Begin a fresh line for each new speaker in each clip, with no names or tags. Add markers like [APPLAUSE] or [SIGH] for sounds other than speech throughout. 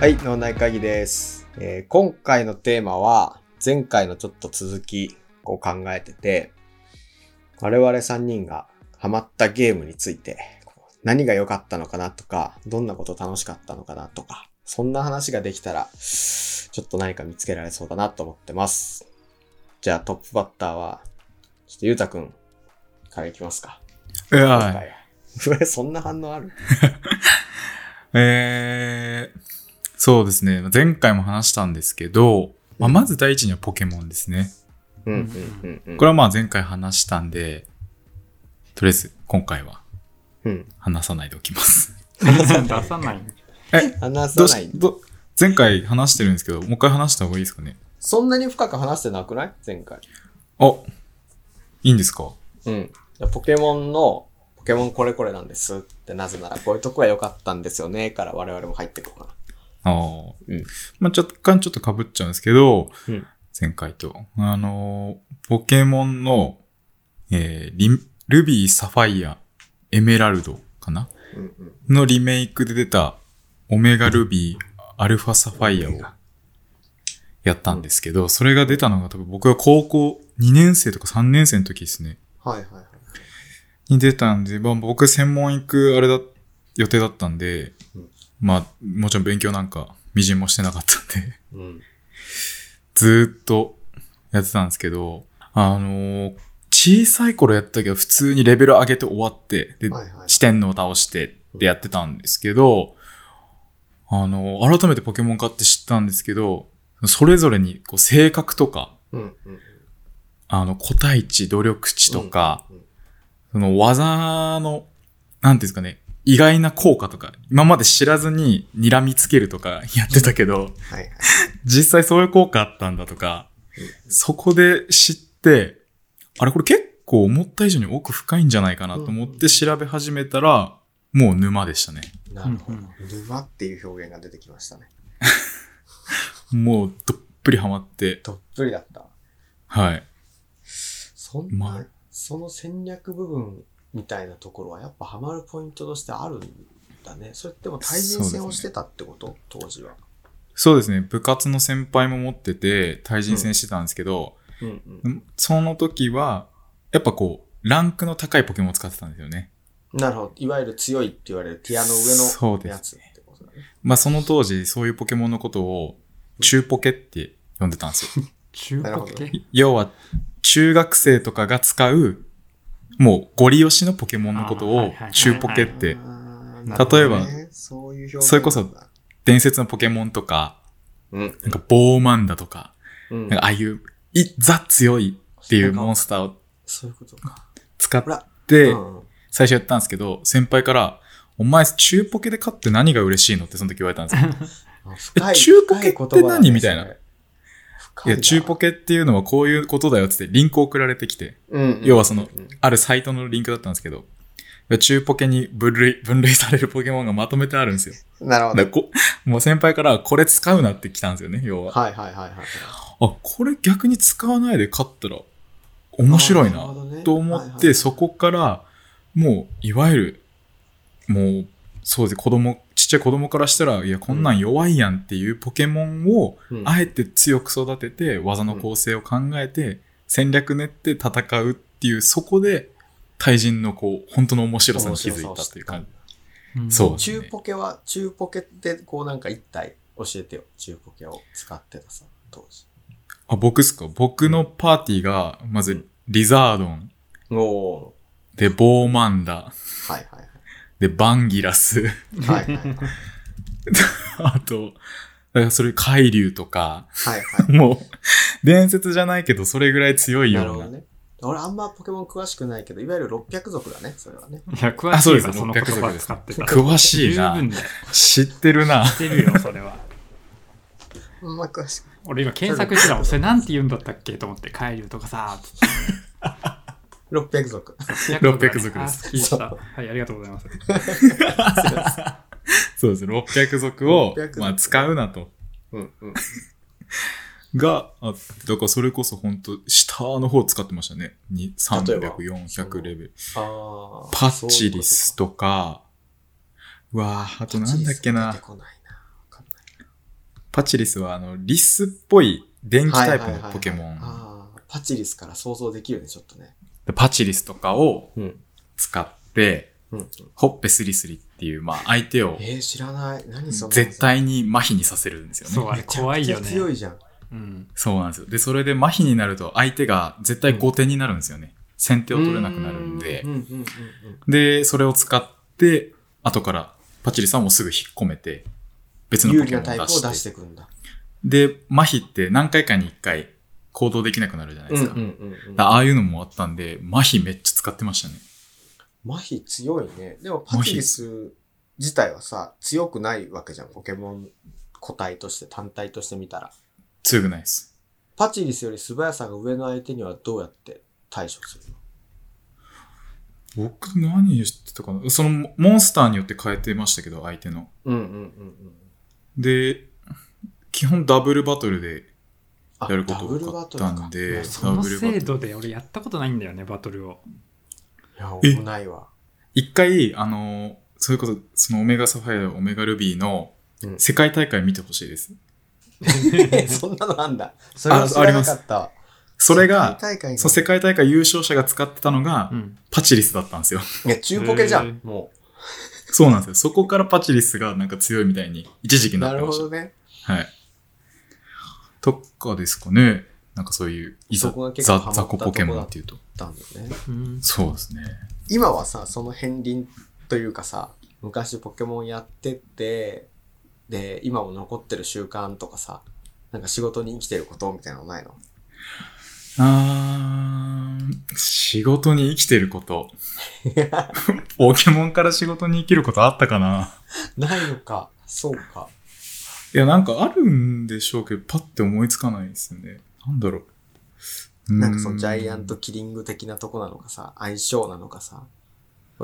はい、脳内会議です、えー今回のテーマは、前回のちょっと続きを考えてて、我々3人がハマったゲームについて、こう何が良かったのかなとか、どんなこと楽しかったのかなとか、そんな話ができたら、ちょっと何か見つけられそうだなと思ってます。じゃあトップバッターは、ちょっとゆうたくんからいきますか。
う
今
わ
回 [LAUGHS] はえそんな反応ある
えー、そうですね。前回も話したんですけど、まあ、まず第一にはポケモンですね。
うんうんうんうん。
これはまあ前回話したんで、とりあえず今回は
うん。
話さないでおきます。
出さない。
[LAUGHS] 話
どう
さな
し
い、
ど、前回話してるんですけど、もう一回話した方がいいですかね。
そんなに深く話してなくない前回。
あ、いいんですか
うん。ポケモンの、ポケモンこれこれなんですって、なぜならこういうとこが良かったんですよね、から我々も入っていこうか
ああ、
うん
まあ若干ちょっと被っちゃうんですけど、
うん
前回と。あのーポケモンの、えーリ、ルビー、サファイア、エメラルドかな
な。うんうん。
のリメイクで出た、オメガルビー、アルファサファイアをやったんですけど、それが出たのが多分僕が高校2年生とか3年生の時ですね。
はいはいはい。
に出たんで、まあ、僕専門行くあれだ、予定だったんで、
うん
まあ、もちろん勉強なんか、みじんもしてなかったんで、 [LAUGHS]
うん。
ずーっとやってたんですけど、あのー小さい頃やったけど、普通にレベル上げて終わって、で、
はいはい
四天王倒してってやってたんですけど、あのー改めてポケモン買って知ったんですけど、それぞれにこう性格とか、
うんうん。
あの、個体値、努力値とか、
うんうん
その技の、なんていうんですかね、意外な効果とか、今まで知らずに睨みつけるとか [LAUGHS] やってたけど、
はいはい。
実際そういう効果あったんだとか
うん、
そこで知って、あれこれ結構思った以上に奥深いんじゃないかなと思って調べ始めたら、もう沼でしたね。
なるほど
うん。
沼っていう表現が出てきましたね。
もうどっぷりハマって、
どっぷりだった。
はい。
そん
ま
な
あ、
その戦略部分みたいなところはやっぱハマるポイントとしてあるんだね。それってもう対人戦をしてたってこと、当時は。
そうですね、部活の先輩も持ってて、対人戦してたんですけど、
うんうん。
その時は、やっぱこう、ランクの高いポケモンを使ってたんですよね。
なるほど。いわゆる強いって言われるティアの上
そう
の
です
やつってことだね。
まあその当時、そういうポケモンのことを、中ポケって呼んでたんです
[LAUGHS]
よ。
中
なるほ
国
ど
系
要は、中学生とかが使う、もうゴリ押しのポケモンのこと
あーはい
を
はいはいは、い
中ポケって、
あー
なるほど
ね
例えばそういう表現
それこそ伝説のポケモンとか、
うん。
なんかボーマンダとか、
うん
なんかああいう、い、ザ強いっていうモンスターを
そういうことか。
使っ
ほら。
て
う、んうん
最初やったんですけど、先輩から、お前中ポケで勝って何が嬉しいのってその時言われたんです
[LAUGHS]
よ。
深い
中ポケって
深い言葉だね
何みたいな
それ深
いや、中ポ
ケ。
ケっていうのはこういうことだよっつってリンク送られてきて、
うん
要はその
うん
あるサイトのリンクだったんですけど、中ポケに分類、分類されるポケモンがまとめてあるんですよ。
なるほ
だ
ど
から。こ [LAUGHS] もう先輩からこれ使うなって来たんですよね、要は。
はいはいはいはい。
あ、これ逆に使わないで勝ったら面白
あー
い
る
な
ほどね
と思
はいは
っ
いはい
て、そこからもういわゆる、もうそうですね、子供、ちっちゃい子供からしたら、いや、こんなん弱いやんっていうポケモンを、
うん
あえて強く育てて、技の構成を考えて、戦略練って戦うっていう、そこで、対人のこう、本当の面白さに気づいたっていう感
うん
じ。そうです
中
ね。
ポケは、中ポケってこうなんか一体教えてよ。中ポケを使ってたさ、当時。
あ、僕っすか僕のパーティーが、まず、リザードン、
おお
で、ボーマンダ、
ー。はいはい
で、バンギラス、 [LAUGHS]
はい。はいはいはい。
あと、だからそれ、海竜とか、
はいはい。
[LAUGHS] もう、伝説じゃないけど、それぐらい強いよ
な
う
る
な。
ほどね。俺あんまポケモン詳しくないけど、いわゆる600族だね、それはね。
いや、詳
あ
し
そう
い
で
わ、
す
その言葉使ってた。
詳しいな
十分だよ。
知ってるな。
知ってるよ、それは。
あんま詳しく
俺今検索してたもん。それなんて言うんだったっけと思って、海流とか [LAUGHS] さ、つって
600族。
600族で
あ
す
すっきりした。はい、ありがとうございます。
そうです。600族を
600、族
まあ、使うなと。
うんうん。
が、あだからそれこそ本当下の方使ってましたね。に
例えば
300、400レベル。
ああ。
パッチリスとか、うわああとなんだっけな
出て。こないな。わかんない
パチリスはあの、リスっぽい電気タイプ
はいはいはいは
の
い
ポケモン。
ああ、パチリスから想像できるね、ちょっとね。
でパチリスとかを
うん。
使って、
うんうん。
ホッペスリスリっていう、まあ相手を
えー、知らない。何その
絶対に麻痺にさせるんですよね。
そう、あれ怖い
めちゃ
よ
くちゃ強
ね。
いじゃん。
うん。
そうなんですよ。で、それで麻痺になると相手が絶対後手になるんですよね。先手を取れなくなるんで
うん。うんうんうんうん。
で、それを使って、後からパチリさんもすぐ引っ込めて、別の
有
ポ
利
ケモ
な
ン
タイプ
を
を
出して。
出してくんだ。
で、麻痺って何回かに1回行動できなくなるじゃないですか。
ん
だからああいうのもあったんで、麻痺めっちゃ使ってましたね。
麻痺強いね。でもパチリス自体はさ、強くないわけじゃん。ポケモン個体として、単体として見たら。
強くないです。
パチリスより素早さが上の相手にはどうやって対処するの
僕何してたかなそのモンスターによって変えてましたけど、相手の。
うんうんうんうん。
で、基本ダブルバトルで
あ
やること
ダブル
が
バ
あっ
トルか
たんで、
そ
その制度で俺やったことないんだよね、バトルを。
いや、
え
俺もないわ。
一回、あの、そういうこと、そのオメガサファイア、オメガルビーの
うん
世界大会見てほしいです。
[LAUGHS] そんなのあんだ。それは知らなかったわ。
それ
世
が、
界大会の
そう、世界大会優勝者が使ってたのが、
うん。
パチリスだったんですよ。 [LAUGHS]
いや、中ポケじゃ
へ
ん。
ー
も
そうなんですよ。そこからパチリスがなんか強いみたいに、一時期
う。な
なって
る
ま
ほ
した。
どね。
はい。とかですかね。なんかそういう、いざ
そこが、結構ハマ
ザ、
った
ザコポケモンっていうと。
だんだね。
うん。
そうですね。
今はさその片鱗というかさ昔ポケモンやっててで今も残ってる習慣とかさなんか仕事に生きてることみたいなのないの
あー、仕事に生きて
[LAUGHS]
ること。ポケモンから仕事に生きることあったかな
ないのかそうか
いや、なんかあるんでしょうけど、パッて思いつかないですね。なんだろう。うー
なんかそのジャイアント。キリング的なとこなのかさ相性なのかさ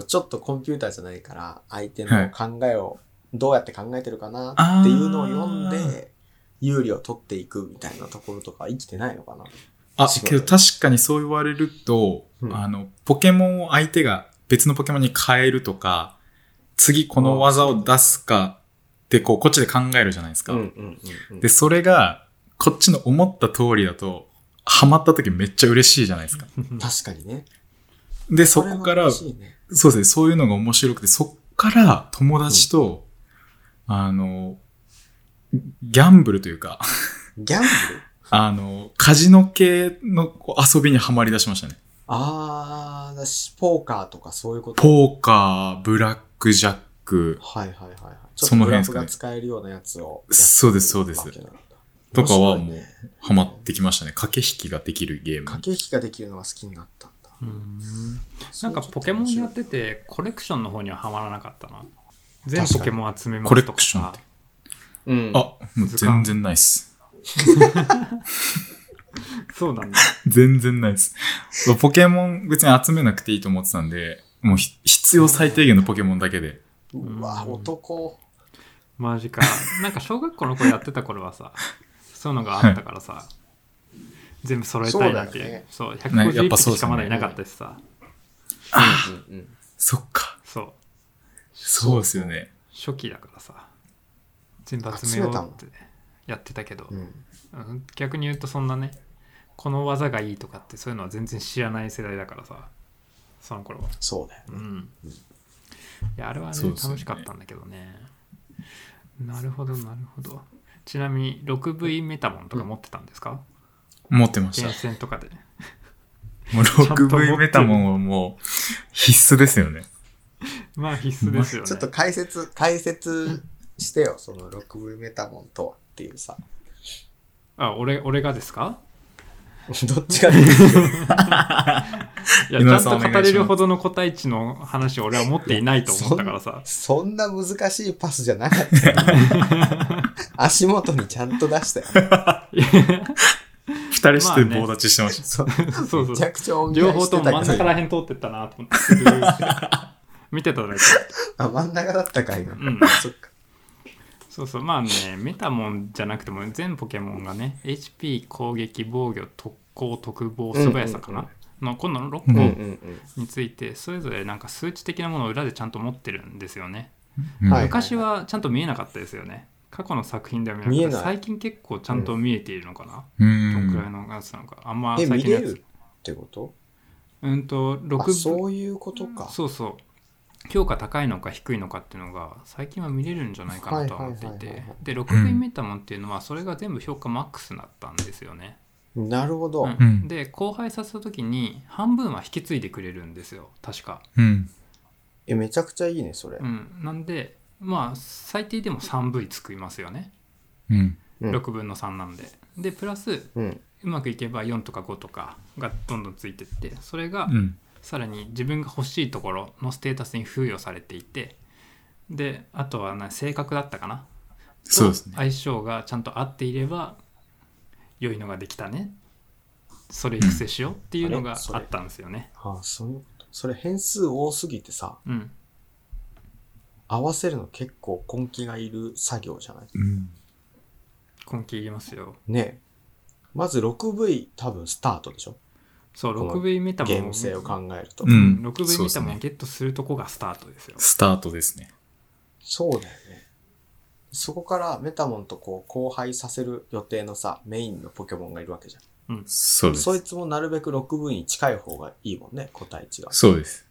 ちょっとコンピューターじゃないから相手の考えをどうやって考えてるかなっていうのを読ん
あ
で有利を取っていくみたいなところとか生きてないのかな
あ、けど確かにそう言われると、
うん
あの、ポケモンを相手が別のポケモンに変えるとか、次この技を出すかって、こう、こっちで考えるじゃないですか。
うんうん
で、それが、こっちの思った通りだと、ハマった時めっちゃ嬉しいじゃないですか。
確かにね
で、そこから、
れは嬉しいね
そうですね、そういうのが面白くて、そっから友達と、あの、ギャンブルというか、 [LAUGHS]
ギャンブル
あの、カジノ系のこう遊びにはまり出しましたね。
あー、だし、ポーカーとかそういうこと。
ポーカー、ブラックジャック
はいはいはいはい。ちょっ
そ
と
の
グ
辺
ラ
で
フ
すか
が使
ね
えるようなやつを。
そうですそうです
やってるわけなんだ
とかは
面
も
白
う
いね
はまってきましたね。駆け引きができるゲーム
駆
に。
け引きができるのが好きになったんだ。
うんなんかポケモンやってて、コレクションの方にはハマらなかったな。全
確かに
ポケモン集めますとか
コレクションって。
うん。
あ、もう全然ないっす。
そうなんだ。
全然ないっす。ポケモン別に集めなくていいと思ってたんで、もうひ必要最低限のポケモンだけで。
うわ、
うん
男。
マジか。なんか小学校の頃やってた頃はさ、そういうのがあったからさ、全部揃えたいだ
そうだよね
け。そう,、
ねやっ
151
ぱそうで
匹し
す
か
ね
まだいなかったしさ、
うんうんうん
そっか。
そう、
そうですよね。
初期だからさ、全部集めようってやってたけど、
うん
うん逆に言うとそんなね、この技がいいとかってそういうのは全然知らない世代だからさ、その頃は。
そうだよ。
うん。いや、あれはね、
そうですよね
楽しかったんだけどね。なるほど、なるほど。ちなみに 6V メタモンとか持ってたんですか、
持ってました
厳。選とかで。
もう
ゃんと持って
6V
る
メタモンはもう必須ですよね。
まあ必須ですよね。
ちょっと解説、解説してよ。その 6V メタモンとはっていうさ。 [LAUGHS]
あ、俺、俺がですか
どっちがいい
いや、
井
ちゃ
上
ん
さん
と語れるほどの個体値の話を俺は持っていないと思ったからさ。
そんな難しいパスじゃなかったよ。
[LAUGHS]
足元にちゃんと出したよ。
いや
二人して
まあね
棒立ちしてました。
そう
そうそ
めちゃ
う。
くちゃ音
両
源
方
して
と
た
も
けど
真ん中らへん通ってったなと思って。 [LAUGHS] 見てただけ。
あ、真ん中だったか、今。
ん
そっか。
そうそう。まあね、メタモンじゃなくても全ポケモンがね、HP、攻撃、防御、特攻、特防、素早さかな、
うん
の今度の6
うん
うん
個
うん
について、それぞれなんか数値的なものを裏でちゃんと持ってるんですよね。
うん
はい
昔はちゃんと見えなかったですよね。過去の作品では見
見え
なく
ない
て最近結構ちゃんと見えているのかな、
う
どんくらい
ん。
のやつなのかあんま
え、
最
見
近の
れ
や
る
つ
ってこと
うんと6
あ、
分
そういうことか。
そうそう評価高いのか低いのかっていうのが最近は見れるんじゃないかなとは思ってい
はいはいはい
て
はい
で6分メタモンっていうのはそれが全部評価マックスだったんですよね、
なるほど。
うん
うん
で後輩させた時に半分は引き継いでくれるんですよ確か、
うん。
え、めちゃくちゃいいね、それ
う。ん、なんでまあ最低でも 3V 作りますよね
うん。
うん
6分の3なんででプラス
うん。
うまくいけば4とか5とかがどんどんついてってそれが
うん。
さらに自分が欲しいところのステータスに付与されていてであとはな性格だったかな
そうですね
と相性がちゃんと合っていれば良いのができたねそれ育成しようっていうの
あ
が
れそれ
あったんですよね
あ、そういうこと。それ変数多すぎてさ、
うん
合わせるの結構根気がいる作業じゃない
うん。
根気いりますよ
ねえ。まず 6V 多分スタートでしょ
そう
この
6V メタモ
ゲ
ン
ーム性を考えると。
うん
6V
そう
メ
です
タ
ね
モンをゲットするとこがスタートですよ
スタートですね。
そうだよね。そこからメタモンとこう交配させる予定のさ、メインのポケモンがいるわけじゃん。
そうです
そ。いつもなるべく6分に近い方がいいもんね、個体値が。っ
そうです。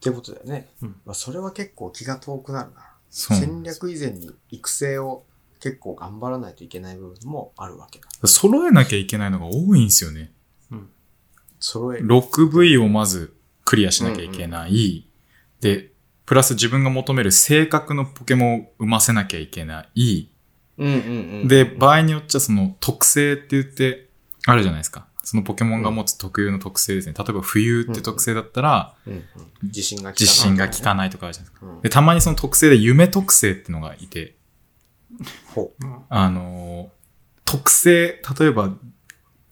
てことだよね。
うん
まあ、それは結構気が遠くなるな。
そう
戦略以前に育成を結構頑張らないといけない部分もあるわけだ。
揃えなきゃいけないのが多いんですよね。
うん
揃える。
6V をまずクリアしなきゃいけない。で、プラス自分が求める性格のポケモンを生ませなきゃいけない。
うんうんう
で、場合によっちゃその特性って言って、あるじゃないですか。そのポケモンが持つ特有の特性ですね。例えば冬って特性だったら、
うんうん、自信が効かない、
自信が効かないとかあるじゃないですか。
うん
で、たまにその特性で夢特性ってのがいて、
ほう。
うん
あのー特性、例えば、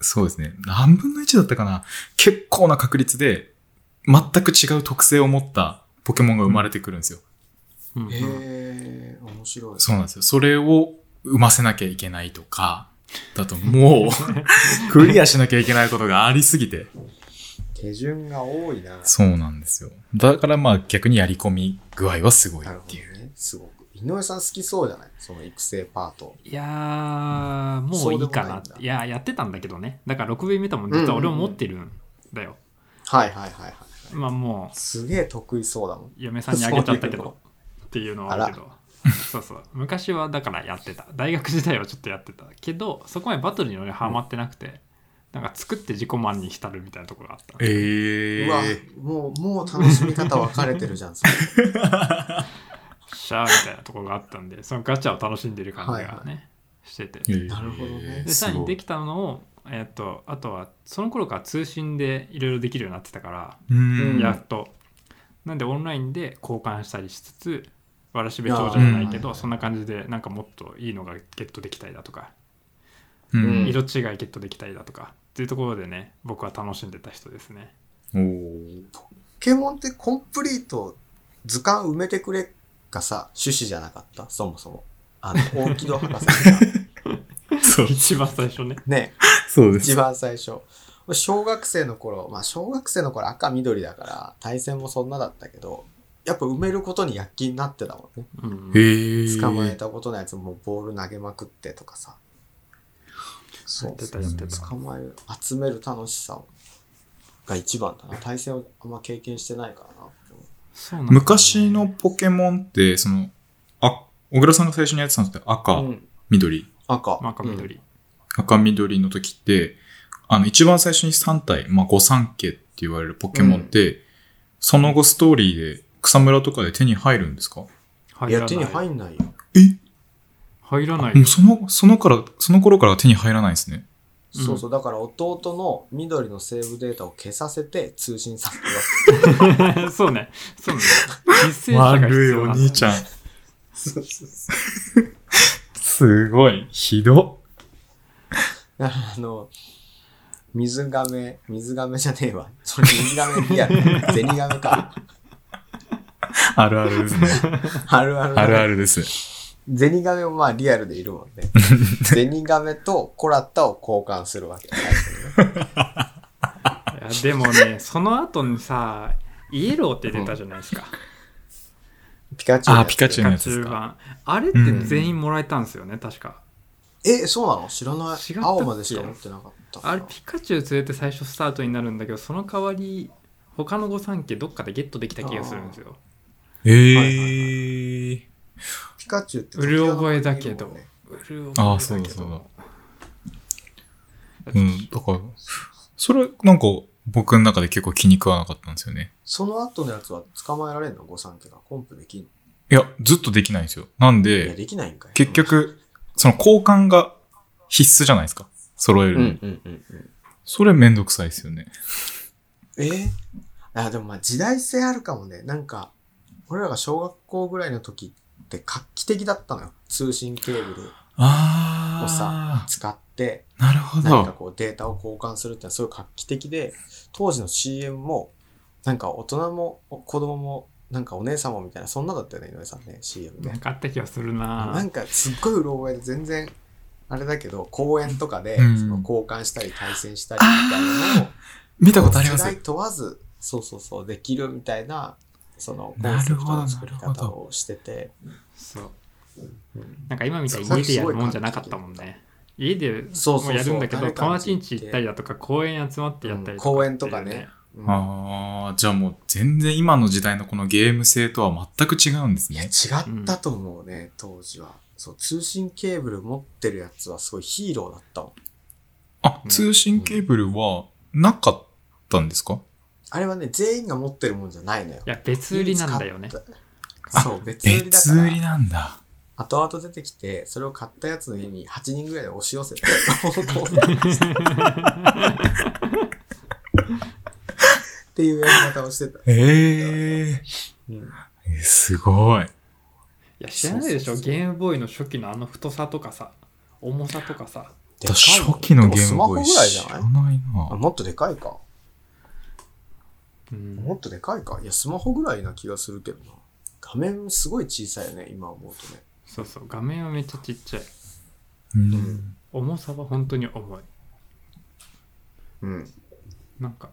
そうですね、何分の1だったかな結構な確率で、全く違う特性を持ったポケモンが生まれてくるんですよ。
う
へ
ん
え、面白い。
そうなんですよ。それを生ませなきゃいけないとか、だともう、
[LAUGHS]
クリアしなきゃいけないことがありすぎて。
手順が多いな。
そうなんですよ。だからまあ逆にやり込み具合はすごいっ
なるほ
ていう。
どね。すごく。井上さん好きそうじゃないその育成パート。
いやーもういいか
そうでもな
なって
いんだ
いややってたんだけどねだから 6V メタモン実は俺も持ってるんだよ、
はいはいはいはい。
まあも
すげえ得意そうだもん。
う嫁さんにあげちゃったけ
そういうの
どっていうのはあるけどそうそう昔はだからやってた大学時代はちょっとやってたけどそこまでバトルに俺ハマってなくて、なんか作って自己満に浸るみたいなところがあった
え
うわ
ー、
もう、もう楽しみ方分かれてるじゃん、それ
シャーみたいなところがあったんでそのガチャを楽しんでる感じがね、
はいは
してて
えー
なるほどね
でさらにで
き
きたのをえっとあとはその頃から通信でいろいろできるようになってたから
うん。
やっと。なんでオンラインで交換したりしつつ、わらしべ長者じゃないけ
いやー
ど、そんな感じでなんかもっといいのがゲットできたりだとか、
うん
色違いゲットできたりだとか、っていうところでね、僕は楽しんでた人で
[LAUGHS]
すね。
おー
ポケモンってコンプリート図鑑埋めてくれがさ、趣旨じゃなかったそもそも。
[LAUGHS]
あの、大木戸博士が。 [LAUGHS]
そう
一番最初ね。
ね、
そうです
一。番最初。小学生の頃、まあ小学生の頃赤緑だから、対戦もそんなだったけど、やっぱ埋めることに躍起になってたもんね。
うん
えー、
捕まえたことのやつもボール投げまくってとかさ。そ
や
う
ってたやってた。
捕まえる、集める楽しさが一番だな。対戦をあんま経験してないからな。
そうなんだ
昔のポケモンって、その、あ、小倉さんが最初にやってたのって赤、
うん、
緑、
赤。
赤緑。
赤緑の時って、あの、一番最初に3体、まあ、五三家って言われるポケモンって、その後ストーリーで草むらとかで手に入るんですか
うん。
入
い
ら
や、
ない。
手に入んないよ。
え
入
[LAUGHS]
らない
もう。その、そのから、その頃から手に入らないんですね。
うん
そうそう、だから弟の緑のセーブデータを消させて通信させてるわ
そうね。そうね。実践者が必要なん
ゃ
だ
ん。
け。
すごい。ひど。
[LAUGHS] あの、水亀、水亀じゃねえわ。それ水亀リア
[LAUGHS]
ルね。ゼニガメか。
あるあるですね。
あるあるだ
[LAUGHS] あ
ね
るあるです。
ゼニガメもまあリアルでいるもん
[LAUGHS]
ね。ゼニガメとコラッタを交換するわけ。最初にね
いやでもねその後にさイエローって出たじゃないですか、
ピカチュウのやつ。
あピカチュウのやつですか
中盤あれって全員もらえたんですよね、確か
え、そうなの知ら
違
な
ったっけ
い。青までしか持ってなかったから。
あれピカチュウ連れて最初スタートになるんだけどその代わり他の御三家どっかでゲットできた気がするんですよ
え
はい
ー。
ピカチュウって
うる覚えだけど
ああ、そうだそうだ。うん、だから、それ、なんか、僕の中で結構気に食わなかったんですよね。
その後のやつは捕まえられんの御三家がコンプできんの
いや、ずっとできないんですよ。なん
いや、
で、
できないんかい。
結局、その交換が必須じゃないですか。揃え
う
る
ん。う
のに。
んうんうんうん。
それめんどくさいですよね。
えーあ、でもまあ時代性あるかもね。なんか、俺らが小学校ぐらいの時って画期的だったのよ。通信ケーブル
あ
おさ使って、
なるほ
何か
ど。
こうデータを交換するってのはすごい画期的で、当時の CM も、なんか大人も子供も、なんかお姉様みたいな、そんなだったよね、井上さんね、CM
な
ね
ん。かあった気がする
な
なん
かすっごいうろ覚えで全然、あれだけど、公園とかで、そ
うん
の交換したり対戦したりみたいなのを、
見たことありま
世代
す。
問わず、そうそうそう、できるみたいな、その、コ
な
ンセ
る
プ
ほ
ト
ど
の作り
なるほ
方
ど
をしてて、
そう
うん
なんか今みたいに
そう
家でやるもんじゃなかったもんね家で
そうそうそ
も
う
うやるんだけど
誰か
友
の
達
家
ん
に
家行ったりだとか公園集まってやったり
うん公
っ
園
て
と
いう
かねうん
ああ、じゃあもう全然今の時代のこのゲーム性とは全く違うんです
いや、違
ね。
ったと思うね、当時は。そう、通信ケーブル持ってるやつはすごいヒーローだったもん。
あ
う、ん
通信ケーブルはなかったんですか
あれはね、全員が持ってるもんじゃないのよ
い。や別売りなんだよね
使った。そう、別売りだ
別
から
売り。なんだ。
後々出てきて、それを買ったやつの家に8人ぐらいで押し寄
[LAUGHS]
せて、っていうやり方をしてた。
え
うん
え、すごい。
いや知らないでし
そ
ょ
うそうそう
ゲームボーイの初期のあの太さとかさ重さとかさ
でかい
私
よ
初期のゲ
でも
ー
ス
ム
マホ
ボ
ぐ
ーイ
らいじ
知
ゃな
ら
い
ない
あ
な。
もっとでかいか。
うん
もっとでかいか。いや、スマホぐらいな気がするけどな。画面すごい小さいよね、今思うとね。
そうそう画面はめっちゃちっちゃい
うん
重さは本当に重い
うん。
なんか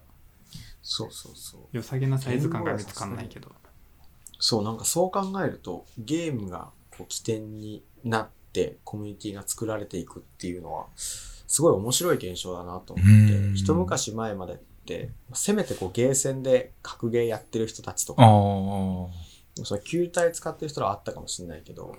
そうそうそう。
良さげなサイズ感が見つかんないけど
そう、なんかそう考えると、ゲームがこう起点になって、コミュニティが作られていくっていうのは、すごい面白い現象だなと思
う
っ
ん
て、一昔前までって、せめてこうゲーセンで格ゲーやってる人たちと
あ
か、
あ。
その球体使ってる人らはあったかもしれないけど、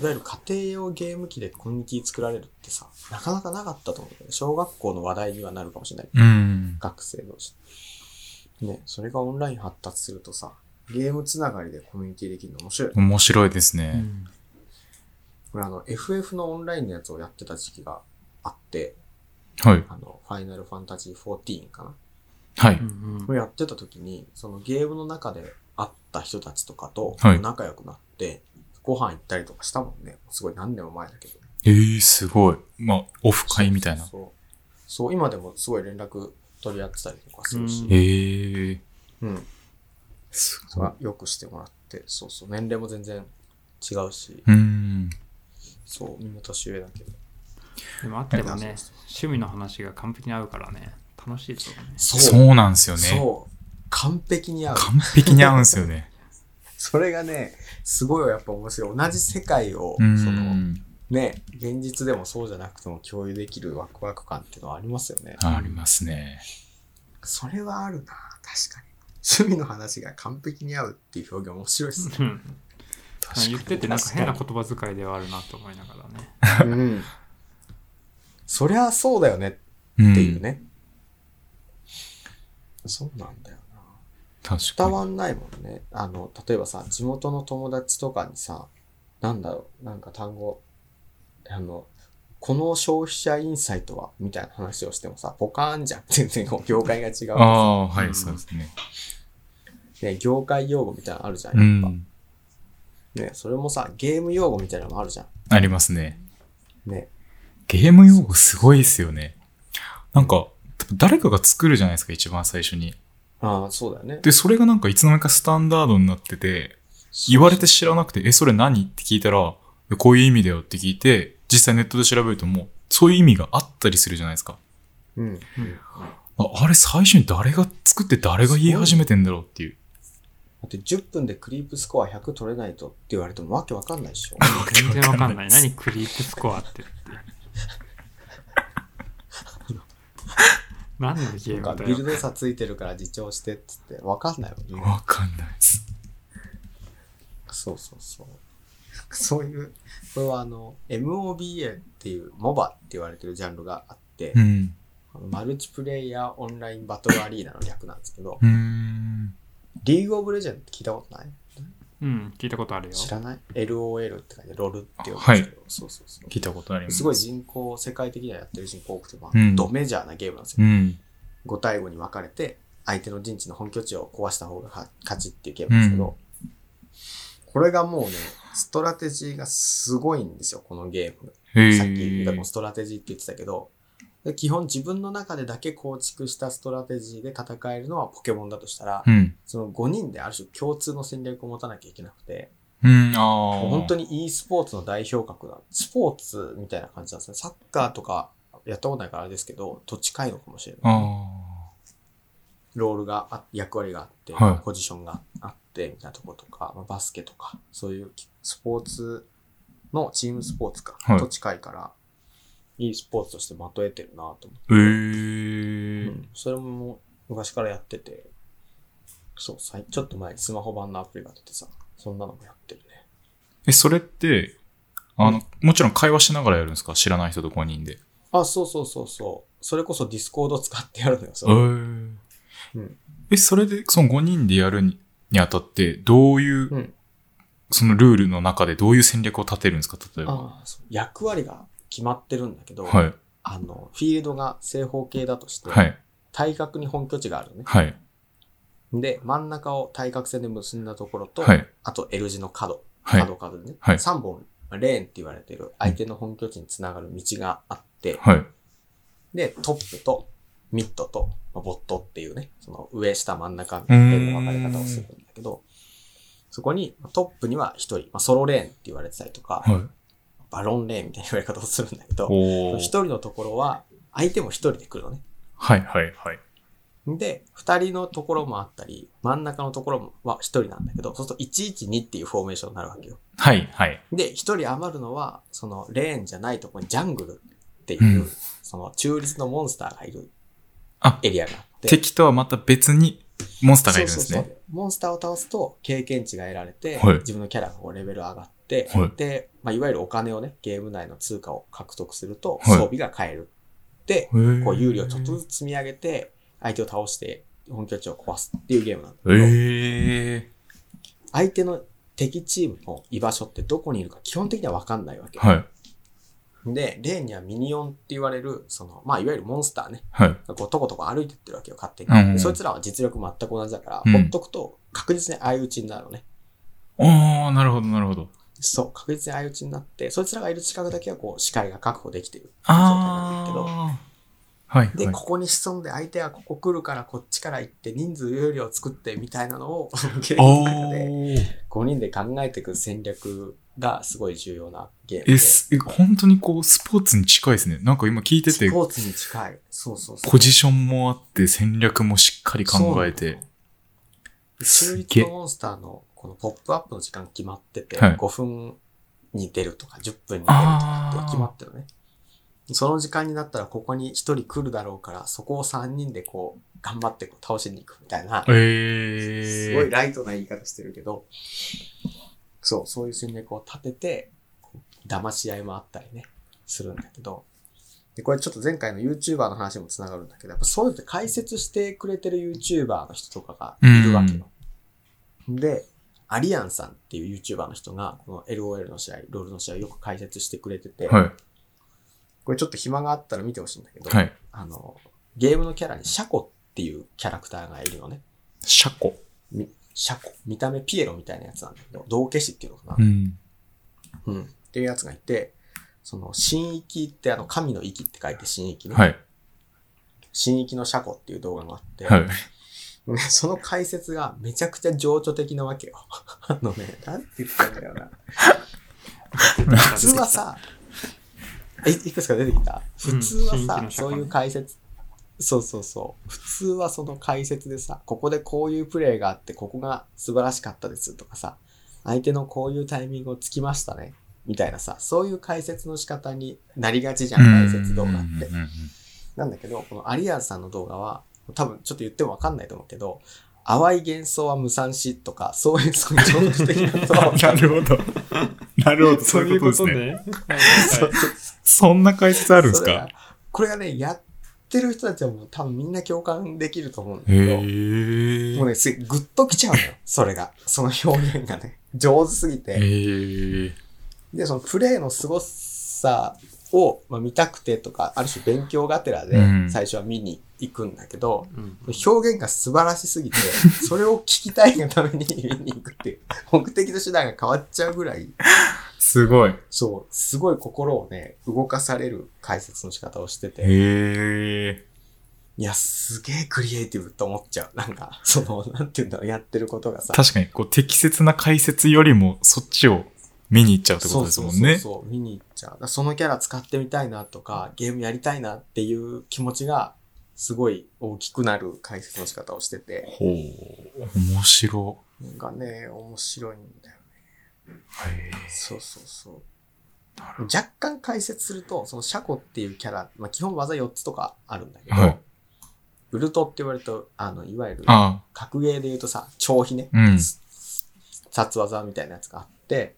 いわゆる家庭用ゲーム機でコミュニティ作られるってさ、なかなかなかったと思うけど、小学校の話題にはなるかもしれない。
うん。
学生同士。ね、それがオンライン発達するとさ、ゲームつながりでコミュニティできるの面白いよね。
面白いです
う
ね。
ん
俺あの、FF のオンラインのやつをやってた時期があって、
はい。
あの、ファイナルファンタジー14かな。
は
う
い。
ん
をやってた時に、そのゲームの中で会った人たちとかと
はい
仲良くなって、ご飯行ったりとかしたもんね。すごい何年も前だけど。
ええ、すごい。まあ、オフ会みたいな
そう。そうそう今でもすごい連絡取り合ってたりとかするし
う、
ええ、
うん。
す
そ
ご
れ
い
は。よくしてもらって、そうそう。年齢も全然違うし、
うん。
そう、みんな年上だけど。
でもあってもね
そう
趣味の話が完璧に合うからね楽しいですよね
そうなんですよね。
そう。完璧に合う。
完璧に合うんですよね。
それがね、すごいやっぱ面白い。同じ世界を、
う
その
ん。
ね、現実でもそうじゃなくても共有できるワクワク感っていうのはありますよね。
ありますね。
それはあるな、確かに。趣味の話が完璧に合うっていう表現面白いですね。
うん
確
言っててなんか変な言葉遣いではあるなと思いながらね
うん。そりゃそうだよねっていうね。そうなんだよな。
うん。確か
伝
に。
わんないもんね。あの、例えばさ、地元の友達とかにさ、なんだろう、なんか単語、あの、この消費者インサイトは、みたいな話をしてもさ、ポカーンじゃん。全然こう業界が違
あ
う。
あ、は
う
い、
ん
そうですね。
ね、業界用語みたいなのあるじゃ。
うん
やっ
ん。
ぱ。ね、それもさ、ゲーム用語みたいなのもあるじゃ
ありますね。
ん。ね。
ゲーム用語すごいですよね。なんか、多分誰かが作るじゃないですか、一番最初に。
ああ、そうだよね。
で、それがなんかいつの間にかスタンダードになってて、言われて知らなくて、え、それ何って聞いたら、いやこういう意味だよって聞いて、実際ネットで調べるともう、そういう意味があったりするじゃないですか。
うん。
ああれ最初に誰が作って誰が言い始めてんだろうっていう。
だって10分でクリープスコア100取れないとって言われてもわけわかんないで
[LAUGHS]
しょ。
全然わかんない。
です
何クリープスコアって。何のゲー
なんか
ムだ
ビル
よ。
ド差ついてるから自重してっつってわかんないもんね。
わかんないです。
そうそうそう。そういう、これはあの、MOBA っていう、MOBA って言われてるジャンルがあって、
うん。
あのマルチプレイヤーオンラインバトルアリーナの略なんですけど、
うーん。
リーグオブレジェンドって聞いたことない
うん、聞いたことあるよ。
知らない ?LOL って書いて、ロルって呼ぶんですけど、そうそうそう。
聞いたことあります。
すごい人口、世界的にはやってる人口多くて、まあ
うん
ドメジャーなゲームなんです
う
よ。
ん。
5対5に分かれて、相手の陣地の本拠地を壊した方が勝勝ちっていうゲームなんですけど、これがもうね、ストラテジーがすごいんですよ、このゲーム。
へ
さっき、でも
え。
ストラテジーって言ってたけど、で基本自分の中でだけ構築したストラテジーで戦えるのはポケモンだとしたら、
うん。
その5人である種共通の戦略を持たなきゃいけなくて、
うん、ああ。
もう本当に e スポーツの代表格な、スポーツみたいな感じなんですね。サッカーとかやったことないからあれですけど、と近いのかもしれない。
あ
ロールがあ、役割があって、
はい
ポジションがあって、みたいなとことか、まあバスケとか、そういうスポーツのチームスポーツか、
はい
と近いから、e スポーツとしてまとえてるなと思って
あ。へ
う
え。
んそれも昔からやってて、そう、さいちょっと前にスマホ版のアプリが出てさ、そんなのもやってるね。
え、それって、あの、もちろん会話しながらやるんですか知らない人と5人で。へ
あ、そうそうそうそう。それこそディスコード使ってやるのよ、それ
ー
うん
え、それで、その5人でやるににあたって、どういう、
うん
そのルールの中でどういう戦略を立てるんですか例えば。
あそう役割が決まってるんだけど、
はい。
あの、フィールドが正方形だとして、
はい。
対角に本拠地があるのね。
はい。
で、真ん中を対角線で結んだところと、
はい。
あと L 字の角、
はい。
角角でね、
はい
3本、レーンって言われてる相手の本拠地につながる道があって、
はい。
で、トップとミッドとまあボットっていうね、その上下真ん中み
う
たい
ーん
な分かれ方をするんだけど、そこにまあトップには1人、まあ、ソロレーンって言われてたりとか、
はい。
バロンレーンみたいな言われ方をするんだけど、
お
1
ー。
人のところは相手も1人で来るのね。
はい。はい。はい。
で、2人のところもあったり、真ん中のところもは1人なんだけど、そうすると112っていうフォーメーションになるわけよ。
はい。はい。
で、1人余るのは、そのレーンじゃないところにジャングルっていう、
うん
その中立のモンスターがいる
あ
エリアがあって。
敵とはまた別にモンスターがいるんです
そうそ
ね
う。そうモンスターを倒すと経験値が得られて、
はい
自分のキャラがこうレベル上がって、
はい
で、まあ、いわゆるお金をね、ゲーム内の通貨を獲得すると
はい
装備が買える。で、
へー
こう有利をちょっとずつ積み上げて、相手を倒して本拠地を壊すっていうゲームなんだけど、
へえ。
相手の敵チームの居場所ってどこにいるか基本的には分かんないわけ。
はい。
で、例にはミニオンって言われる、その、まあ、いわゆるモンスターね、
はい。
こう、とことこ歩いてってるわけよ、勝手に。
うん
でそいつらは実力全く同じだから、
うん
ほっとくと確実に相打ちになるのね。
あー、なるほど、なるほど。
そう、確実に相打ちになって、そいつらがいる近くだけはこう、視界が確保できてる。
あー。はい。
で、
はい
ここに潜んで相手はここ来るからこっちから行って人数有利を作ってみたいなのを、 [LAUGHS] ゲームの中で
お
5人で考えていく戦略がすごい重要なゲームで。
え、すえ本当にこう、スポーツに近いですね。なんか今聞いてて
ス、ポーツに近い。そうそうそう。
ポジションもあって、戦略もしっかり考え
そうな
て
の。。中
す
立
げえ
のモンスターのこのポップアップの時間決まってて、
はい
5分に出るとか10分に出るとかって
あ
決まってるね。その時間になったらここに1人来るだろうから、そこを3人でこう、頑張ってこう倒しに行くみたいな、
ー。え
すごいライトな言い方してるけど、そう、そういう戦略を立てて、こう騙し合いもあったりね、するんだけど、で、これちょっと前回の YouTuber の話にもつながるんだけど、やっぱそういうのって解説してくれてる YouTuber の人とかがいるわけよ。で、アリアンさんっていう YouTuber の人が、この LOL の試合、ロールの試合をよく解説してくれてて、
は
これちょっと暇があったら見てほしいんだけど、
い。はい。
あの、ゲームのキャラにシャコっていうキャラクターがいるのね。
車庫。
みシャコ。見た目ピエロみたいなやつなんだけど、道化師っていうのかな
う。ん。
うん。っていうやつがいて、その、神域ってあの、神の域って書いて神域ね。
はい。
神域のシャコっていう動画があって、
はい。
ねその解説がめちゃくちゃ情緒的なわけよ。 [LAUGHS] あのね、なんて言ったんだよな。普 [LAUGHS] 通はさ、えいくつか出てきた普通は
神域
さ、
のシャ
そ
コね
ういう解説そうそうそう。普通はその解説でさ、ここでこういうプレーがあって、ここが素晴らしかったですとかさ、相手のこういうタイミングをつきましたね、みたいなさ、そういう解説の仕方になりがちじゃん、解説動画って
うん。うんうんうん。
なんだけど、この有安さんの動画は、多分ちょっと言ってもわかんないと思うけど、淡い幻想は無産子とか、そういう、そういう常識的なことは
[LAUGHS] なるほど。なるほど、そ
そうう
い
いうう
こと
こ
ですね。
とね。はい
そんな解説あるんです
それが
か
これがね、やってる人たちはもう多分みんな共感できると思うんだ
へ
けど、
え。
もうね、すぐッときちゃう
[LAUGHS]
のよ。それが。その表現がね、上手すぎて。
へえ。
で、そのプレイの凄さを、まあ、見たくてとか、ある種勉強がてらで
うん
最初は見に行くんだけど、
うん
表現が素晴らしすぎて、それを聞きたいがために見に行くっていう、目的と手段が変わっちゃうぐらい、
すごい。
そう、すごい心をね、動かされる解説の仕方をしてて、
へえ。
いや、すげえクリエイティブと思っちゃう。なんか、 [LAUGHS] その、なんていうんだろう、やってることがさ、
確かに、こう、適切な解説よりも、そっちを見に行っちゃうってことですもん
そ
ね。
うそうそうそう見に行っちゃうだからそのキャラ使ってみたいなとかゲームやりたいなっていう気持ちがすごい大きくなる解説の仕方をしてて
ほう。面白。
なんかね面白いんだよね
へ
そうそうそう若干解説するとそのシャコっていうキャラ、まあ、基本技4つとかあるんだけ
え。
ど、
はい。
ウルトって言われるとあのいわゆる
あ
格ゲーで言うとさ長飛ね
あ、うん。
殺技みたいなやつがあって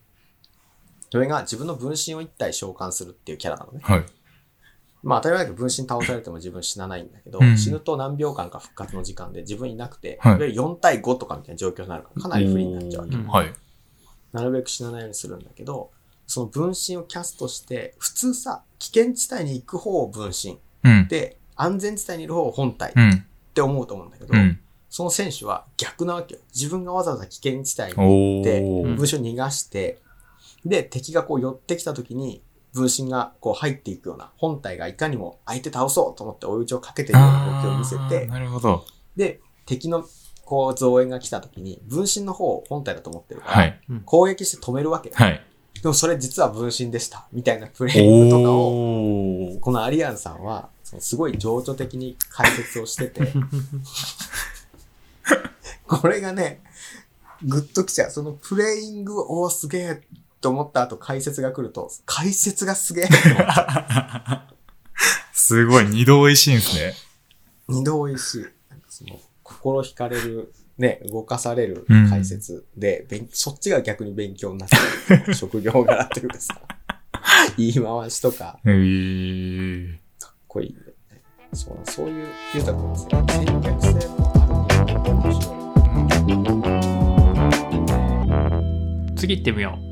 それが自分の分身を1体召喚するっていうキャラなのね
はい。
まあ当たり前だけど分身倒されても自分死なないんだけど、
うん
死ぬと何秒間か復活の時間で自分いなくて、
はい
で4対5とかみたいな状況になるから、かなり不利になっちゃうわけ
う。ん
はい。
なるべく死なないようにするんだけど、その分身をキャストして、普通さ、危険地帯に行く方を分身
うん。
で、安全地帯にいる方を本体
う
っ
ん。
て思うと思うんだけど、
うん。
その選手は逆なわけよ。自分がわざわざ危険地帯に
お
で
ー。
分身を逃がして、で、敵がこう寄ってきた時に、分身がこう入っていくような、本体がいかにも相手倒そうと思って追い打ちをかけているような動きを見せ
あー
て、
なるほど。
で、敵のこう増援が来た時に、分身の方を本体だと思ってるから、
はい。
攻撃して止めるわけ。
はい。
でもそれ実は分身でした、みたいなプレイングとかを、
おー。
このアリアンさんは、そのすごい情緒的に解説をしてて、 [LAUGHS] これがね、グッときちゃう。そのプレイングをおーすげえと思った後解説が来ると、解説が [LAUGHS] すげえって思っちゃう
すごい、二度美味しいんですね。
二度美味しい。なんかその心惹かれる、ね、動かされる
うん
解説で、勉そっちが逆に勉強になっちゃう。職業柄というかさ、言い回しとか、
へー。
かっこいいんだよね。そうなそういう、ゆうたくんですよ。戦略性もあるんだよ面白い。
次行ってみよう。